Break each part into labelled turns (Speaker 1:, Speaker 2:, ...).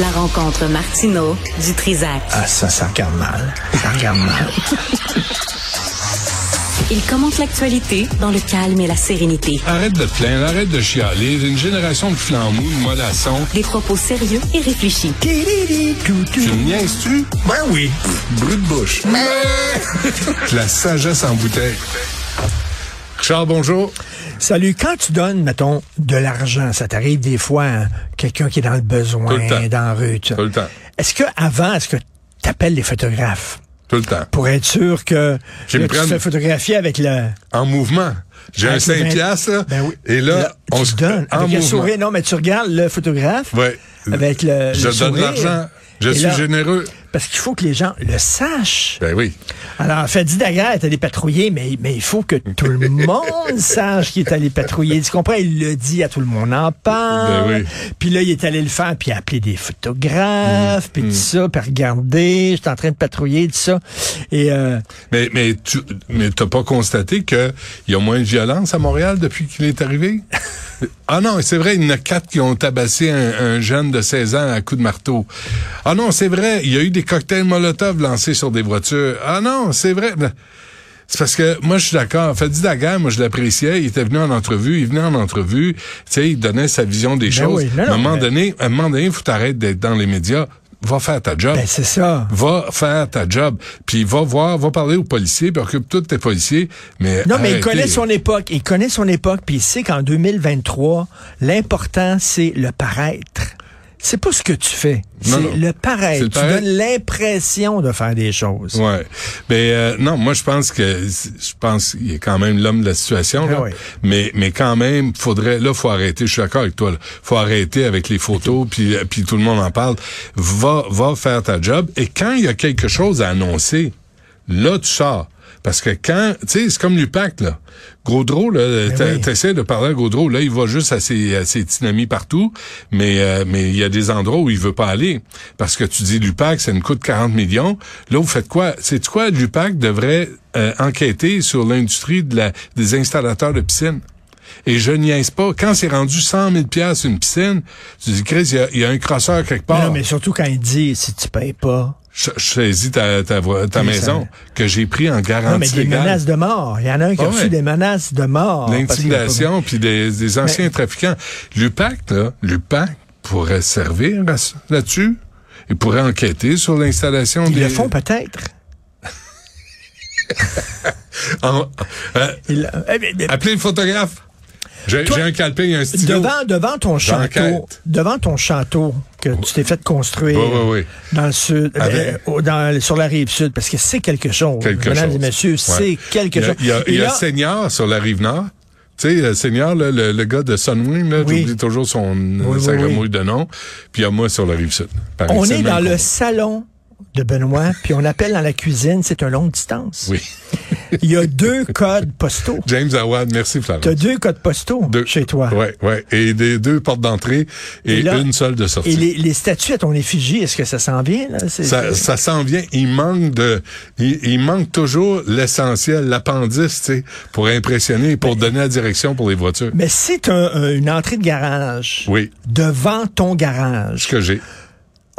Speaker 1: La rencontre Martino du Trizac.
Speaker 2: Ah, ça, ça regarde mal. Ça regarde mal.
Speaker 1: Il commente l'actualité dans le calme et la sérénité.
Speaker 3: Arrête de te plaindre, arrête de chialer. Une génération de flambous, de mollassons.
Speaker 1: Des propos sérieux et réfléchis.
Speaker 3: Tu me niaises-tu?
Speaker 2: Ben oui.
Speaker 3: Brut de bouche. La sagesse en bouteille. Richard, bonjour.
Speaker 2: Salut, quand tu donnes, mettons, de l'argent, ça t'arrive des fois, hein, quelqu'un qui est dans le besoin,
Speaker 3: Tout le temps.
Speaker 2: dans la rue, tout ça.
Speaker 3: Tout le temps.
Speaker 2: Est-ce que avant, est-ce que t'appelles les photographes
Speaker 3: Tout le temps.
Speaker 2: pour être sûr que,
Speaker 3: Je
Speaker 2: que
Speaker 3: me
Speaker 2: tu te
Speaker 3: prends-
Speaker 2: fais photographier avec le...
Speaker 3: En mouvement. J'ai un
Speaker 2: avec le
Speaker 3: 5
Speaker 2: vingt-
Speaker 3: piastres, là.
Speaker 2: Ben oui.
Speaker 3: Et là, on
Speaker 2: tu
Speaker 3: se
Speaker 2: donnes
Speaker 3: en
Speaker 2: avec le
Speaker 3: mouvement.
Speaker 2: sourire. Non, mais tu regardes le photographe
Speaker 3: Ouais.
Speaker 2: avec le
Speaker 3: Je
Speaker 2: le
Speaker 3: donne de
Speaker 2: sourire.
Speaker 3: l'argent. Je
Speaker 2: Et
Speaker 3: suis
Speaker 2: là,
Speaker 3: généreux.
Speaker 2: Parce qu'il faut que les gens le sachent.
Speaker 3: Ben oui.
Speaker 2: Alors, Fadi Daguerre est allé patrouiller, mais, mais il faut que tout le monde sache qu'il est allé patrouiller. Tu comprends? Il le dit à tout le monde, en parle.
Speaker 3: Ben
Speaker 2: Puis là, il est allé le faire, puis il a appelé des
Speaker 3: Mm.
Speaker 2: photographes, puis tout ça, puis regardez, j'étais en train de patrouiller, tout ça. Et euh,
Speaker 3: Mais, mais tu mais t'as pas constaté qu'il y a moins de violence à Montréal depuis qu'il est arrivé? ah non, c'est vrai, il y en a quatre qui ont tabassé un, un jeune de 16 ans à coups de marteau. Ah non, c'est vrai, il y a eu des cocktails Molotov lancés sur des voitures. Ah non, c'est vrai. Ben, C'est parce que moi je suis d'accord. Fadi Daguerre, moi je l'appréciais. Il était venu en entrevue, il venait en entrevue. Tu sais, il donnait sa vision des choses.
Speaker 2: Ben oui, non,
Speaker 3: à un
Speaker 2: non,
Speaker 3: moment
Speaker 2: mais-
Speaker 3: donné, à un moment donné, faut t'arrêter d'être dans les médias. Va faire ta job
Speaker 2: ben, c'est ça.
Speaker 3: va faire ta job, puis va voir, va parler aux policiers, puis occupe tous tes policiers, mais
Speaker 2: Non, mais il
Speaker 3: arrêtez.
Speaker 2: connaît son époque. Il connaît son époque, puis il sait qu'en 2023, l'important, c'est le paraître. C'est pas ce que tu fais.
Speaker 3: Non,
Speaker 2: C'est
Speaker 3: non.
Speaker 2: le
Speaker 3: C'est
Speaker 2: paraître.
Speaker 3: le
Speaker 2: Tu
Speaker 3: paraître.
Speaker 2: donnes l'impression de faire des choses.
Speaker 3: Ouais. Mais euh, non, moi je pense que je pense qu'il est quand même l'homme de la situation là.
Speaker 2: Ah ouais.
Speaker 3: Mais mais quand même, faudrait là faut arrêter, je suis d'accord avec toi. Là. Faut arrêter avec les photos puis euh, puis tout le monde en parle. Va va faire ta job et quand il y a quelque chose à annoncer, là tu sors parce que quand tu sais c'est comme l'UPAC là. Gaudreau là, t'a-
Speaker 2: Ben oui.
Speaker 3: t'essaies de parler à Gaudreau là, il va juste à ses à ses petits amis partout, mais euh, mais il y a des endroits où il veut pas aller parce que tu dis l'UPAC ça nous coûte 40 millions. Là vous faites quoi C'est quoi l'UPAC devrait euh, enquêter sur l'industrie de la des installateurs de piscines. Et je niaise pas. Quand c'est rendu 100 000 pièces une piscine, tu dis Chris, il y a, il y a un crosseur quelque
Speaker 2: Mais
Speaker 3: part.
Speaker 2: Non, mais surtout quand il dit si tu payes pas.
Speaker 3: Je, je saisis ta ta, vo- ta
Speaker 2: Oui, ça-
Speaker 3: maison que j'ai pris en garantie
Speaker 2: Non, mais des
Speaker 3: légale.
Speaker 2: menaces de mort. Il y en a un qui a
Speaker 3: Ah
Speaker 2: reçu
Speaker 3: ouais.
Speaker 2: des menaces de mort.
Speaker 3: L'intimidation, puis des, des anciens trafiquants. L'UPAC, là, l'UPAC pourrait servir à ça- là-dessus. Il pourrait enquêter sur l'installation
Speaker 2: Parce qu'ils
Speaker 3: des...
Speaker 2: le font peut-être.
Speaker 3: En- euh,
Speaker 2: Ils- Eh bien,
Speaker 3: appelez le photographe. J'ai
Speaker 2: Toi-
Speaker 3: j'ai un calepin et un stylo.
Speaker 2: Devant, devant ton château,
Speaker 3: J'enquête.
Speaker 2: devant ton château que tu t'es fait construire
Speaker 3: Oui, oui, oui.
Speaker 2: dans le sud, euh,
Speaker 3: Avec-
Speaker 2: au- dans- sur la rive sud, parce que c'est quelque chose.
Speaker 3: Quelque
Speaker 2: mesdames
Speaker 3: chose.
Speaker 2: et messieurs,
Speaker 3: Ouais.
Speaker 2: c'est quelque
Speaker 3: Il y a,
Speaker 2: chose.
Speaker 3: il y a-
Speaker 2: Et
Speaker 3: il y a
Speaker 2: là,
Speaker 3: Seigneur sur la Rive-Nord. Tu sais, euh, Seigneur, là, le, le gars de Sunwing, là,
Speaker 2: Oui.
Speaker 3: j'oublie toujours son euh,
Speaker 2: oui,
Speaker 3: sa gramouille
Speaker 2: oui.
Speaker 3: de nom. Puis il y a moi sur la Rive-Sud. Pareil,
Speaker 2: on
Speaker 3: c'est
Speaker 2: est
Speaker 3: même
Speaker 2: dans le
Speaker 3: combat.
Speaker 2: salon de Benoît, puis on appelle dans la cuisine, c'est un longue distance.
Speaker 3: Oui.
Speaker 2: Il y a deux codes postaux.
Speaker 3: James Awad, merci Flavien.
Speaker 2: Tu as deux codes postaux
Speaker 3: Deux.
Speaker 2: chez toi.
Speaker 3: Ouais, ouais. Et des deux portes d'entrée et,
Speaker 2: Et là-
Speaker 3: une seule de
Speaker 2: Et
Speaker 3: sortie.
Speaker 2: les, les statuettes, on est figé. Est-ce que ça s'en vient? Là? C'est-
Speaker 3: Ça, ça s'en vient. Il manque de, il, il manque toujours l'essentiel, l'appendice, tu sais, pour impressionner, et pour donner la direction pour les voitures.
Speaker 2: Mais si tu as une entrée de garage
Speaker 3: Oui,
Speaker 2: devant ton
Speaker 3: ce
Speaker 2: garage,
Speaker 3: que j'ai. Ben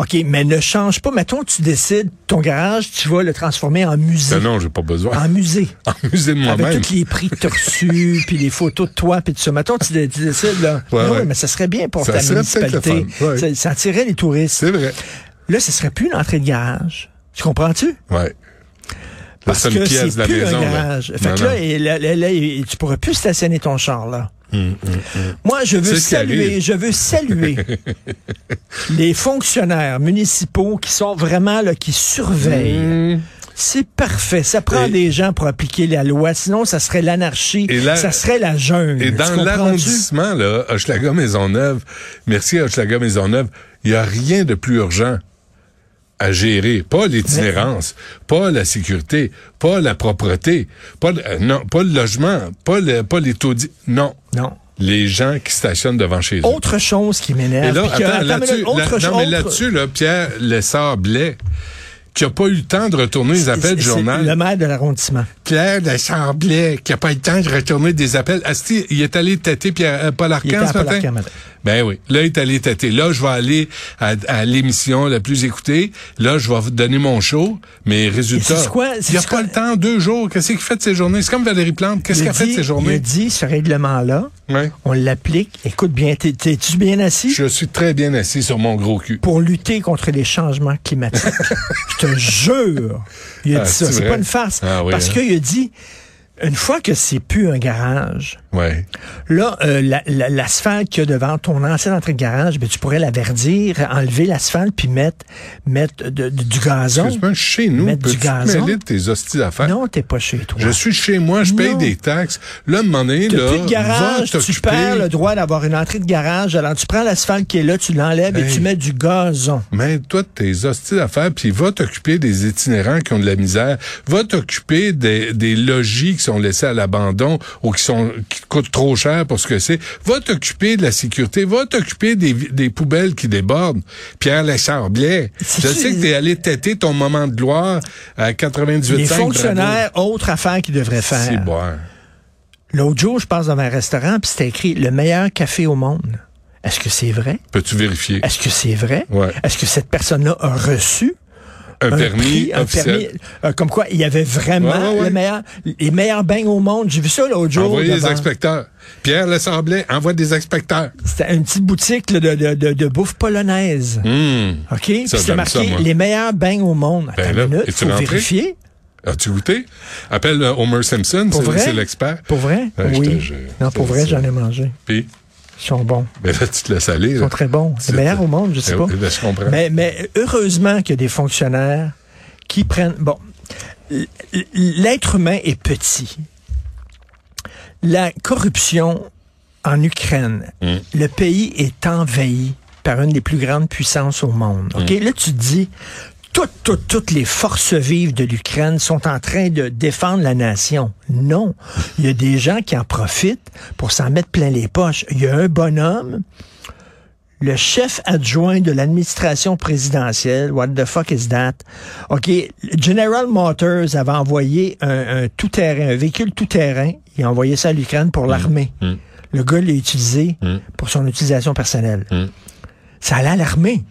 Speaker 2: OK, mais ne change pas. Mettons, tu décides, ton garage, tu vas le transformer en musée.
Speaker 3: Ben non, j'ai pas besoin.
Speaker 2: En musée.
Speaker 3: En musée de
Speaker 2: Avec
Speaker 3: moi-même.
Speaker 2: tous les prix que t'as reçus, puis les photos de toi, puis tout ça. Mettons, tu, dé- tu décides, là,
Speaker 3: Ouais,
Speaker 2: non,
Speaker 3: ouais.
Speaker 2: mais ça serait bien pour
Speaker 3: Ça
Speaker 2: ta
Speaker 3: serait peut-être le
Speaker 2: municipalité.
Speaker 3: fun, ouais.
Speaker 2: Ça, ça attirait les touristes.
Speaker 3: C'est vrai.
Speaker 2: Là, ce serait plus une entrée de garage. Tu comprends-tu?
Speaker 3: Ouais. La
Speaker 2: Parce
Speaker 3: seule
Speaker 2: que
Speaker 3: pièce
Speaker 2: c'est
Speaker 3: de la
Speaker 2: plus
Speaker 3: maison.
Speaker 2: un
Speaker 3: là.
Speaker 2: garage. Fait
Speaker 3: Non,
Speaker 2: que
Speaker 3: non.
Speaker 2: là, et là, là, là, et tu pourras plus stationner ton char, là. Moi, je veux
Speaker 3: Hum, C'est ce qui
Speaker 2: saluer,
Speaker 3: arrive.
Speaker 2: je veux saluer les fonctionnaires municipaux qui sont vraiment là, qui surveillent.
Speaker 3: Mmh.
Speaker 2: C'est parfait. Ça prend
Speaker 3: Et-
Speaker 2: des gens pour appliquer la loi. Sinon, ça serait l'anarchie.
Speaker 3: Et là-
Speaker 2: ça serait la jungle.
Speaker 3: Et
Speaker 2: Tu
Speaker 3: dans
Speaker 2: comprends-tu?
Speaker 3: l'arrondissement, là, Hochelaga Maisonneuve, merci à Hochelaga Maisonneuve, il n'y a rien de plus urgent à gérer. Pas l'itinérance, pas la sécurité, pas la propreté, pas le, euh, non, pas le logement, pas, le, pas les taux d'i- Non.
Speaker 2: Non.
Speaker 3: Les gens qui stationnent devant chez eux.
Speaker 2: Autre chose qui
Speaker 3: Et
Speaker 2: m'énerve.
Speaker 3: là,
Speaker 2: puis que-
Speaker 3: attends,
Speaker 2: attends, mais là,
Speaker 3: là-dessus,
Speaker 2: autre
Speaker 3: là-
Speaker 2: chose-
Speaker 3: non, mais
Speaker 2: autre-
Speaker 3: là-dessus, là, Pierre Lessard-Blais, qui n'a pas eu le temps de retourner les appels
Speaker 2: c'est-
Speaker 3: du
Speaker 2: c'est
Speaker 3: journal.
Speaker 2: Le maire de l'arrondissement.
Speaker 3: Claire de Chamblay, qui a pas eu le temps de retourner des appels. Asti, il est allé têter Pierre, euh, Paul
Speaker 2: Il était
Speaker 3: Arcan
Speaker 2: à
Speaker 3: ce
Speaker 2: Paul
Speaker 3: matin.
Speaker 2: Arcand, madame.
Speaker 3: Ben oui. Là, il est allé tâter. Là, je vais aller à, à l'émission la plus écoutée. Là, je vais vous donner mon show. Mais résultat,
Speaker 2: c'est quoi?
Speaker 3: il
Speaker 2: C'est
Speaker 3: n'y a
Speaker 2: ce
Speaker 3: pas
Speaker 2: que-
Speaker 3: le temps. Deux jours. Qu'est-ce qu'il fait de ses journées? C'est comme Valérie Plante. Qu'est-ce
Speaker 2: Il
Speaker 3: qu'elle fait de
Speaker 2: dit-
Speaker 3: ses
Speaker 2: Il a
Speaker 3: journées?
Speaker 2: dit, ce règlement-là,
Speaker 3: Ouais.
Speaker 2: on l'applique. Écoute bien, t'es- t'es-tu bien assis?
Speaker 3: Je suis très bien assis sur mon gros cul.
Speaker 2: Pour lutter contre les changements climatiques. Je te jure. Il a
Speaker 3: Ah,
Speaker 2: dit ça.
Speaker 3: c'est
Speaker 2: C'est
Speaker 3: vrai?
Speaker 2: pas une farce.
Speaker 3: Ah oui,
Speaker 2: parce
Speaker 3: hein.
Speaker 2: qu'il a dit, une fois que c'est plus un garage,
Speaker 3: Ouais.
Speaker 2: Là, euh, la- la- l'asphalte qu'il y a devant ton ancienne entrée de garage, ben, tu pourrais la verdir, enlever l'asphalte, puis mettre, mettre de- de- du gazon.
Speaker 3: Excuse-moi, chez nous,
Speaker 2: Mettre du
Speaker 3: peux-tu te
Speaker 2: gazon?
Speaker 3: mêler de tes hosties d'affaires?
Speaker 2: Non, t'es pas chez toi.
Speaker 3: Je suis chez moi, je paye
Speaker 2: Non.
Speaker 3: des taxes. Là, à un moment donné,
Speaker 2: T'as
Speaker 3: là,
Speaker 2: plus de garage,
Speaker 3: va
Speaker 2: tu
Speaker 3: t'occuper.
Speaker 2: perds le droit d'avoir une entrée de garage. Alors, tu prends l'asphalte qui est là, tu l'enlèves et
Speaker 3: Hey.
Speaker 2: tu mets du gazon.
Speaker 3: Mais toi, tes hosties d'affaires, puis va t'occuper des itinérants qui ont de la misère. Va t'occuper des, des logis qui sont laissés à l'abandon ou qui sont qui coûtent trop cher pour ce que c'est. Va t'occuper de la sécurité. Va t'occuper des, vi- des poubelles qui débordent. Pierre Lessarbier,
Speaker 2: Si
Speaker 3: je
Speaker 2: tu-
Speaker 3: sais que t'es allé têter ton moment de gloire à 98
Speaker 2: Les fonctionnaires, autre affaire qu'ils devraient
Speaker 3: C'est
Speaker 2: faire.
Speaker 3: bon.
Speaker 2: L'autre jour, je passe dans un restaurant, puis c'était écrit « Le meilleur café au monde ». Est-ce que c'est vrai?
Speaker 3: Peux-tu vérifier?
Speaker 2: Est-ce que c'est vrai?
Speaker 3: Ouais.
Speaker 2: Est-ce que cette personne-là a reçu
Speaker 3: Un,
Speaker 2: un
Speaker 3: permis
Speaker 2: prix, un
Speaker 3: officiel.
Speaker 2: permis, euh, comme quoi, il y avait vraiment
Speaker 3: Ouais, ouais, ouais.
Speaker 2: le meilleur- les meilleurs bangs au monde. J'ai vu ça l'autre jour.
Speaker 3: Envoyez des
Speaker 2: devant-
Speaker 3: inspecteurs. Pierre Lessarbier, envoie des inspecteurs.
Speaker 2: C'était une petite boutique là, de, de, de, de bouffe polonaise.
Speaker 3: Hum.
Speaker 2: OK? Puis c'était
Speaker 3: j'aime ça,
Speaker 2: marqué
Speaker 3: moi.
Speaker 2: les meilleurs bangs au monde.
Speaker 3: Ben
Speaker 2: Attends
Speaker 3: là,
Speaker 2: une minute, faut
Speaker 3: es-tu rentré?
Speaker 2: vérifier.
Speaker 3: As-tu goûté? Appelle euh, Homer Simpson,
Speaker 2: Pour
Speaker 3: c'est-
Speaker 2: vrai?
Speaker 3: c'est l'expert.
Speaker 2: Pour vrai?
Speaker 3: Ouais, je te
Speaker 2: oui.
Speaker 3: jure.
Speaker 2: Non,
Speaker 3: Je
Speaker 2: pour
Speaker 3: te
Speaker 2: vrai,
Speaker 3: dis ça.
Speaker 2: j'en ai mangé.
Speaker 3: Puis,
Speaker 2: Ils sont bons.
Speaker 3: ben là, tu te laisses aller.
Speaker 2: Ils sont très bons.
Speaker 3: C'est-
Speaker 2: Les meilleurs au monde, je sais
Speaker 3: Ben
Speaker 2: pas.
Speaker 3: oui, ben, je comprends.
Speaker 2: Mais, mais heureusement qu'il y a des fonctionnaires qui prennent. Bon, l- l- l'être humain est petit. La corruption en Ukraine, le pays est envahi par une des plus grandes puissances au monde. Ok, Là, tu te dis, toutes, toutes, toutes les forces vives de l'Ukraine sont en train de défendre la nation. Non. Il y a des gens qui en profitent pour s'en mettre plein les poches. Il y a un bonhomme le chef adjoint de l'administration présidentielle, what the fuck is that? OK, General Motors avait envoyé un, un tout-terrain, un véhicule tout-terrain, il a envoyé ça à l'Ukraine
Speaker 3: Mm.
Speaker 2: pour l'armée. Le gars l'a utilisé pour son utilisation personnelle.
Speaker 3: Mm.
Speaker 2: Ça allait à l'armée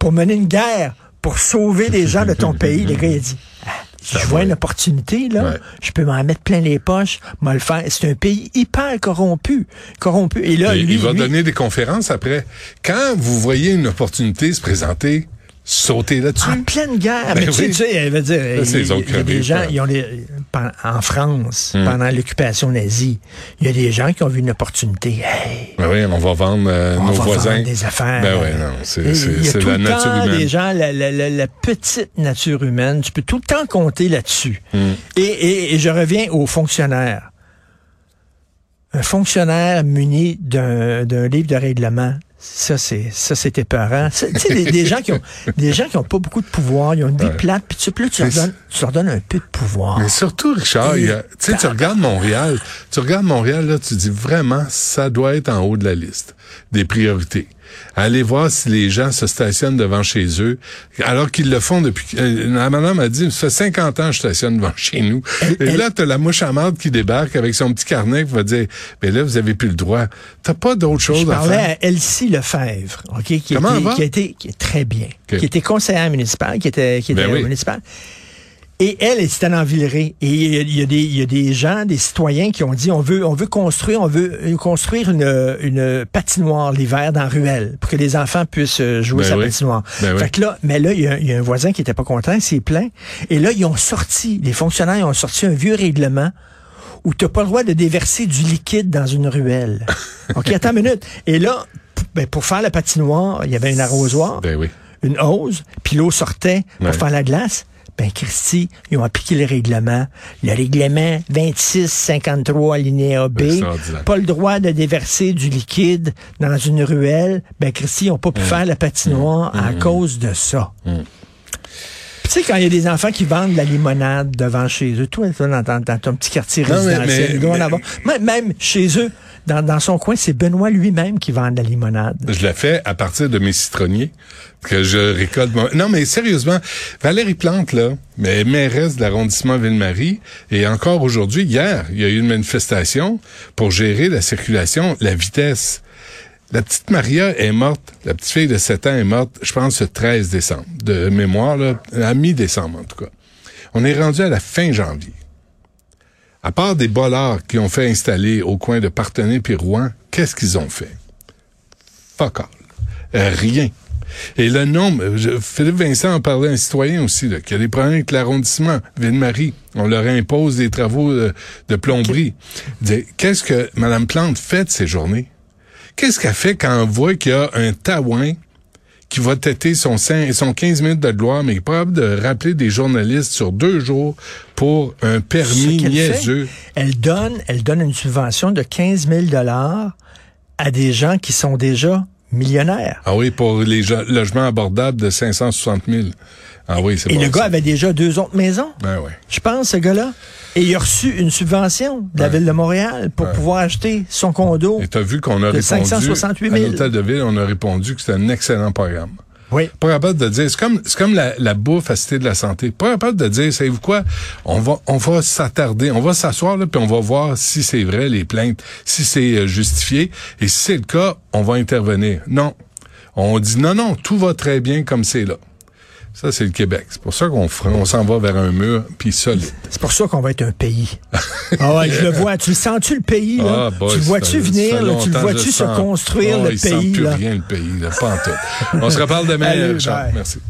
Speaker 2: pour mener une guerre, pour sauver les gens de ton pays. Le gars, il a dit, Ah, je vois une opportunité, là.
Speaker 3: Ouais.
Speaker 2: Je peux m'en mettre plein les poches, m'en le faire. C'est un pays hyper corrompu. Corrompu. Et là,
Speaker 3: Et
Speaker 2: euh, lui,
Speaker 3: il va
Speaker 2: lui,
Speaker 3: donner des conférences après. Quand vous voyez une opportunité se présenter, sautez là-dessus.
Speaker 2: En pleine guerre.
Speaker 3: Ben
Speaker 2: mais tu,
Speaker 3: oui.
Speaker 2: tu sais, elle veut dire, il,
Speaker 3: c'est hein. les autres
Speaker 2: il y a des
Speaker 3: crevés,
Speaker 2: gens,
Speaker 3: ça.
Speaker 2: ils ont les- pen- en France,
Speaker 3: Hmm.
Speaker 2: pendant l'occupation nazie, il y a des gens qui ont vu une opportunité. Hey,
Speaker 3: Ben oui, on va vendre euh,
Speaker 2: on
Speaker 3: nos
Speaker 2: va
Speaker 3: voisins.
Speaker 2: vendre des affaires.
Speaker 3: Ben oui, non, c'est-
Speaker 2: Et
Speaker 3: c'est
Speaker 2: il y a
Speaker 3: c'est
Speaker 2: tout
Speaker 3: la
Speaker 2: le
Speaker 3: nature
Speaker 2: temps
Speaker 3: humaine.
Speaker 2: des gens, la, la- la- la petite nature humaine, tu peux tout le temps compter là-dessus.
Speaker 3: Hmm.
Speaker 2: Et, et- et je reviens aux fonctionnaires. Un fonctionnaire muni d'un d'un livre de règlement, ça c'est ça c'est épeurant. C'est- Tu sais, des, des gens qui ont des gens qui ont pas beaucoup de pouvoir, ils ont une vie plate, puis tu, puis là, tu leur
Speaker 3: C'est-
Speaker 2: donnes tu leur donnes un peu de pouvoir.
Speaker 3: Mais surtout, Richard, il y a- tu sais, tu regardes Montréal, tu regardes Montréal, là, tu dis vraiment, ça doit être en haut de la liste des priorités. Allez voir si les gens se stationnent devant chez eux, alors qu'ils le font depuis... euh, la madame a dit, ça fait 50 ans que je stationne devant chez nous. Et là, t'as la mouche à marde qui débarque avec son petit carnet qui va dire, mais là, vous avez plus le droit. T'as pas d'autre chose
Speaker 2: Je
Speaker 3: à
Speaker 2: parlais
Speaker 3: faire.
Speaker 2: à Elsie Lefebvre, OK, qui, était,
Speaker 3: Comment elle va?
Speaker 2: qui a été qui est très bien,
Speaker 3: OK.
Speaker 2: qui était conseillère municipale, qui était, qui
Speaker 3: Ben
Speaker 2: était
Speaker 3: oui.
Speaker 2: municipale. Et elle, elle s'était envilerée. Et il y a- il y, a des- il y a des gens, des citoyens qui ont dit on veut, on veut construire, on veut euh, construire une, une patinoire l'hiver dans la ruelle pour que les enfants puissent euh, jouer
Speaker 3: Ben
Speaker 2: sa
Speaker 3: oui.
Speaker 2: patinoire.
Speaker 3: Ben oui.
Speaker 2: Fait que là, mais là, il y, a, il y a un voisin qui était pas content, il s'est plaint. Et là, ils ont sorti, les fonctionnaires ils ont sorti un vieux règlement où tu n'as pas le droit de déverser du liquide dans une ruelle. OK, attends une minute. Et là, p- ben, pour faire la patinoire, il y avait un arrosoir,
Speaker 3: Ben oui.
Speaker 2: une hose, puis l'eau sortait pour
Speaker 3: Ouais.
Speaker 2: faire la glace. Ben, Christy, ils ont appliqué les règlements. Le règlement 2653 alinéa B.
Speaker 3: Extraordinaire.
Speaker 2: Pas le droit de déverser du liquide dans une ruelle. Ben, Christy, ils n'ont
Speaker 3: Mm.
Speaker 2: pas pu faire la patinoire à cause de ça. Puis Tu sais, quand il y a des enfants qui vendent de la limonade devant chez eux, toi, toi, dans, dans- dans ton petit quartier
Speaker 3: Non, mais-
Speaker 2: résidentiel,
Speaker 3: mais-
Speaker 2: il doit en
Speaker 3: mais-
Speaker 2: avoir. Même, même chez eux, dans, dans son coin, c'est Benoît lui-même qui vend de la limonade.
Speaker 3: Je la fais à partir de mes citronniers que je récolte. mon- Non, mais sérieusement, Valérie Plante, là, mais mairesse de l'arrondissement Ville-Marie, et encore aujourd'hui, hier, il y a eu une manifestation pour gérer la circulation, la vitesse. La petite Maria est morte, la petite fille de 7 ans est morte, je pense, le 13 décembre, de mémoire, là, à mi-décembre en tout cas. On est rendu à la fin janvier. À part des bollards qui ont fait installer au coin de Partenay puis Rouen, qu'est-ce qu'ils ont fait? Fuck all. Euh, rien. Et le nombre, je- Philippe Vincent en parlait à un citoyen aussi, là, qui a des problèmes avec l'arrondissement, Ville-Marie. On leur impose des travaux euh, de, plomberie. Dis, Qu'est-ce que Mme Plante fait de ces journées? Qu'est-ce qu'elle fait quand on voit qu'il y a un taouin qui va têter son, cin- son 15 minutes de gloire, mais qui est capable de rappeler des journalistes sur deux jours pour un permis
Speaker 2: Ce qu'elle
Speaker 3: niaiseux?
Speaker 2: fait, Elle donne, elle donne une subvention de 15 000 dollars à des gens qui sont déjà millionnaires.
Speaker 3: Ah oui, pour les jo- logements abordables de 560 000. Ah oui, c'est
Speaker 2: Et
Speaker 3: bon.
Speaker 2: le gars
Speaker 3: ça.
Speaker 2: avait déjà deux autres maisons.
Speaker 3: Ben ouais.
Speaker 2: Je pense, ce gars-là. Et il a reçu une subvention de la
Speaker 3: Ouais.
Speaker 2: ville de Montréal pour pouvoir acheter son condo.
Speaker 3: Et t'as vu qu'on a
Speaker 2: De
Speaker 3: répondu
Speaker 2: 568 000.
Speaker 3: à l'hôtel de ville, on a répondu que c'était un excellent programme.
Speaker 2: Oui.
Speaker 3: Pas capable de dire, c'est comme, c'est comme la, la bouffe à Cité de la Santé. Pas capable de dire, savez-vous quoi? On va, on va s'attarder, on va s'asseoir là, puis on va voir si c'est vrai les plaintes, si c'est euh, justifié, et si c'est le cas, on va intervenir. Non. On dit non, non, tout va très bien comme c'est là. Ça, c'est le Québec. C'est pour ça qu'on fera- on s'en va vers un mur, puis solide.
Speaker 2: C'est pour ça qu'on va être un pays. ah ouais, je le vois. Tu le sens-tu le pays, là?
Speaker 3: Ah, boy,
Speaker 2: tu le
Speaker 3: ça-
Speaker 2: vois-tu
Speaker 3: ça
Speaker 2: venir,
Speaker 3: fait
Speaker 2: là? Tu le
Speaker 3: longtemps,
Speaker 2: vois-tu
Speaker 3: je
Speaker 2: se
Speaker 3: sens-
Speaker 2: construire,
Speaker 3: Oh,
Speaker 2: le
Speaker 3: il sent
Speaker 2: pays,
Speaker 3: plus
Speaker 2: là?
Speaker 3: rien, le pays, là, pas en tout. On se reparle demain,
Speaker 2: Allez,
Speaker 3: Richard.
Speaker 2: bye.
Speaker 3: Merci.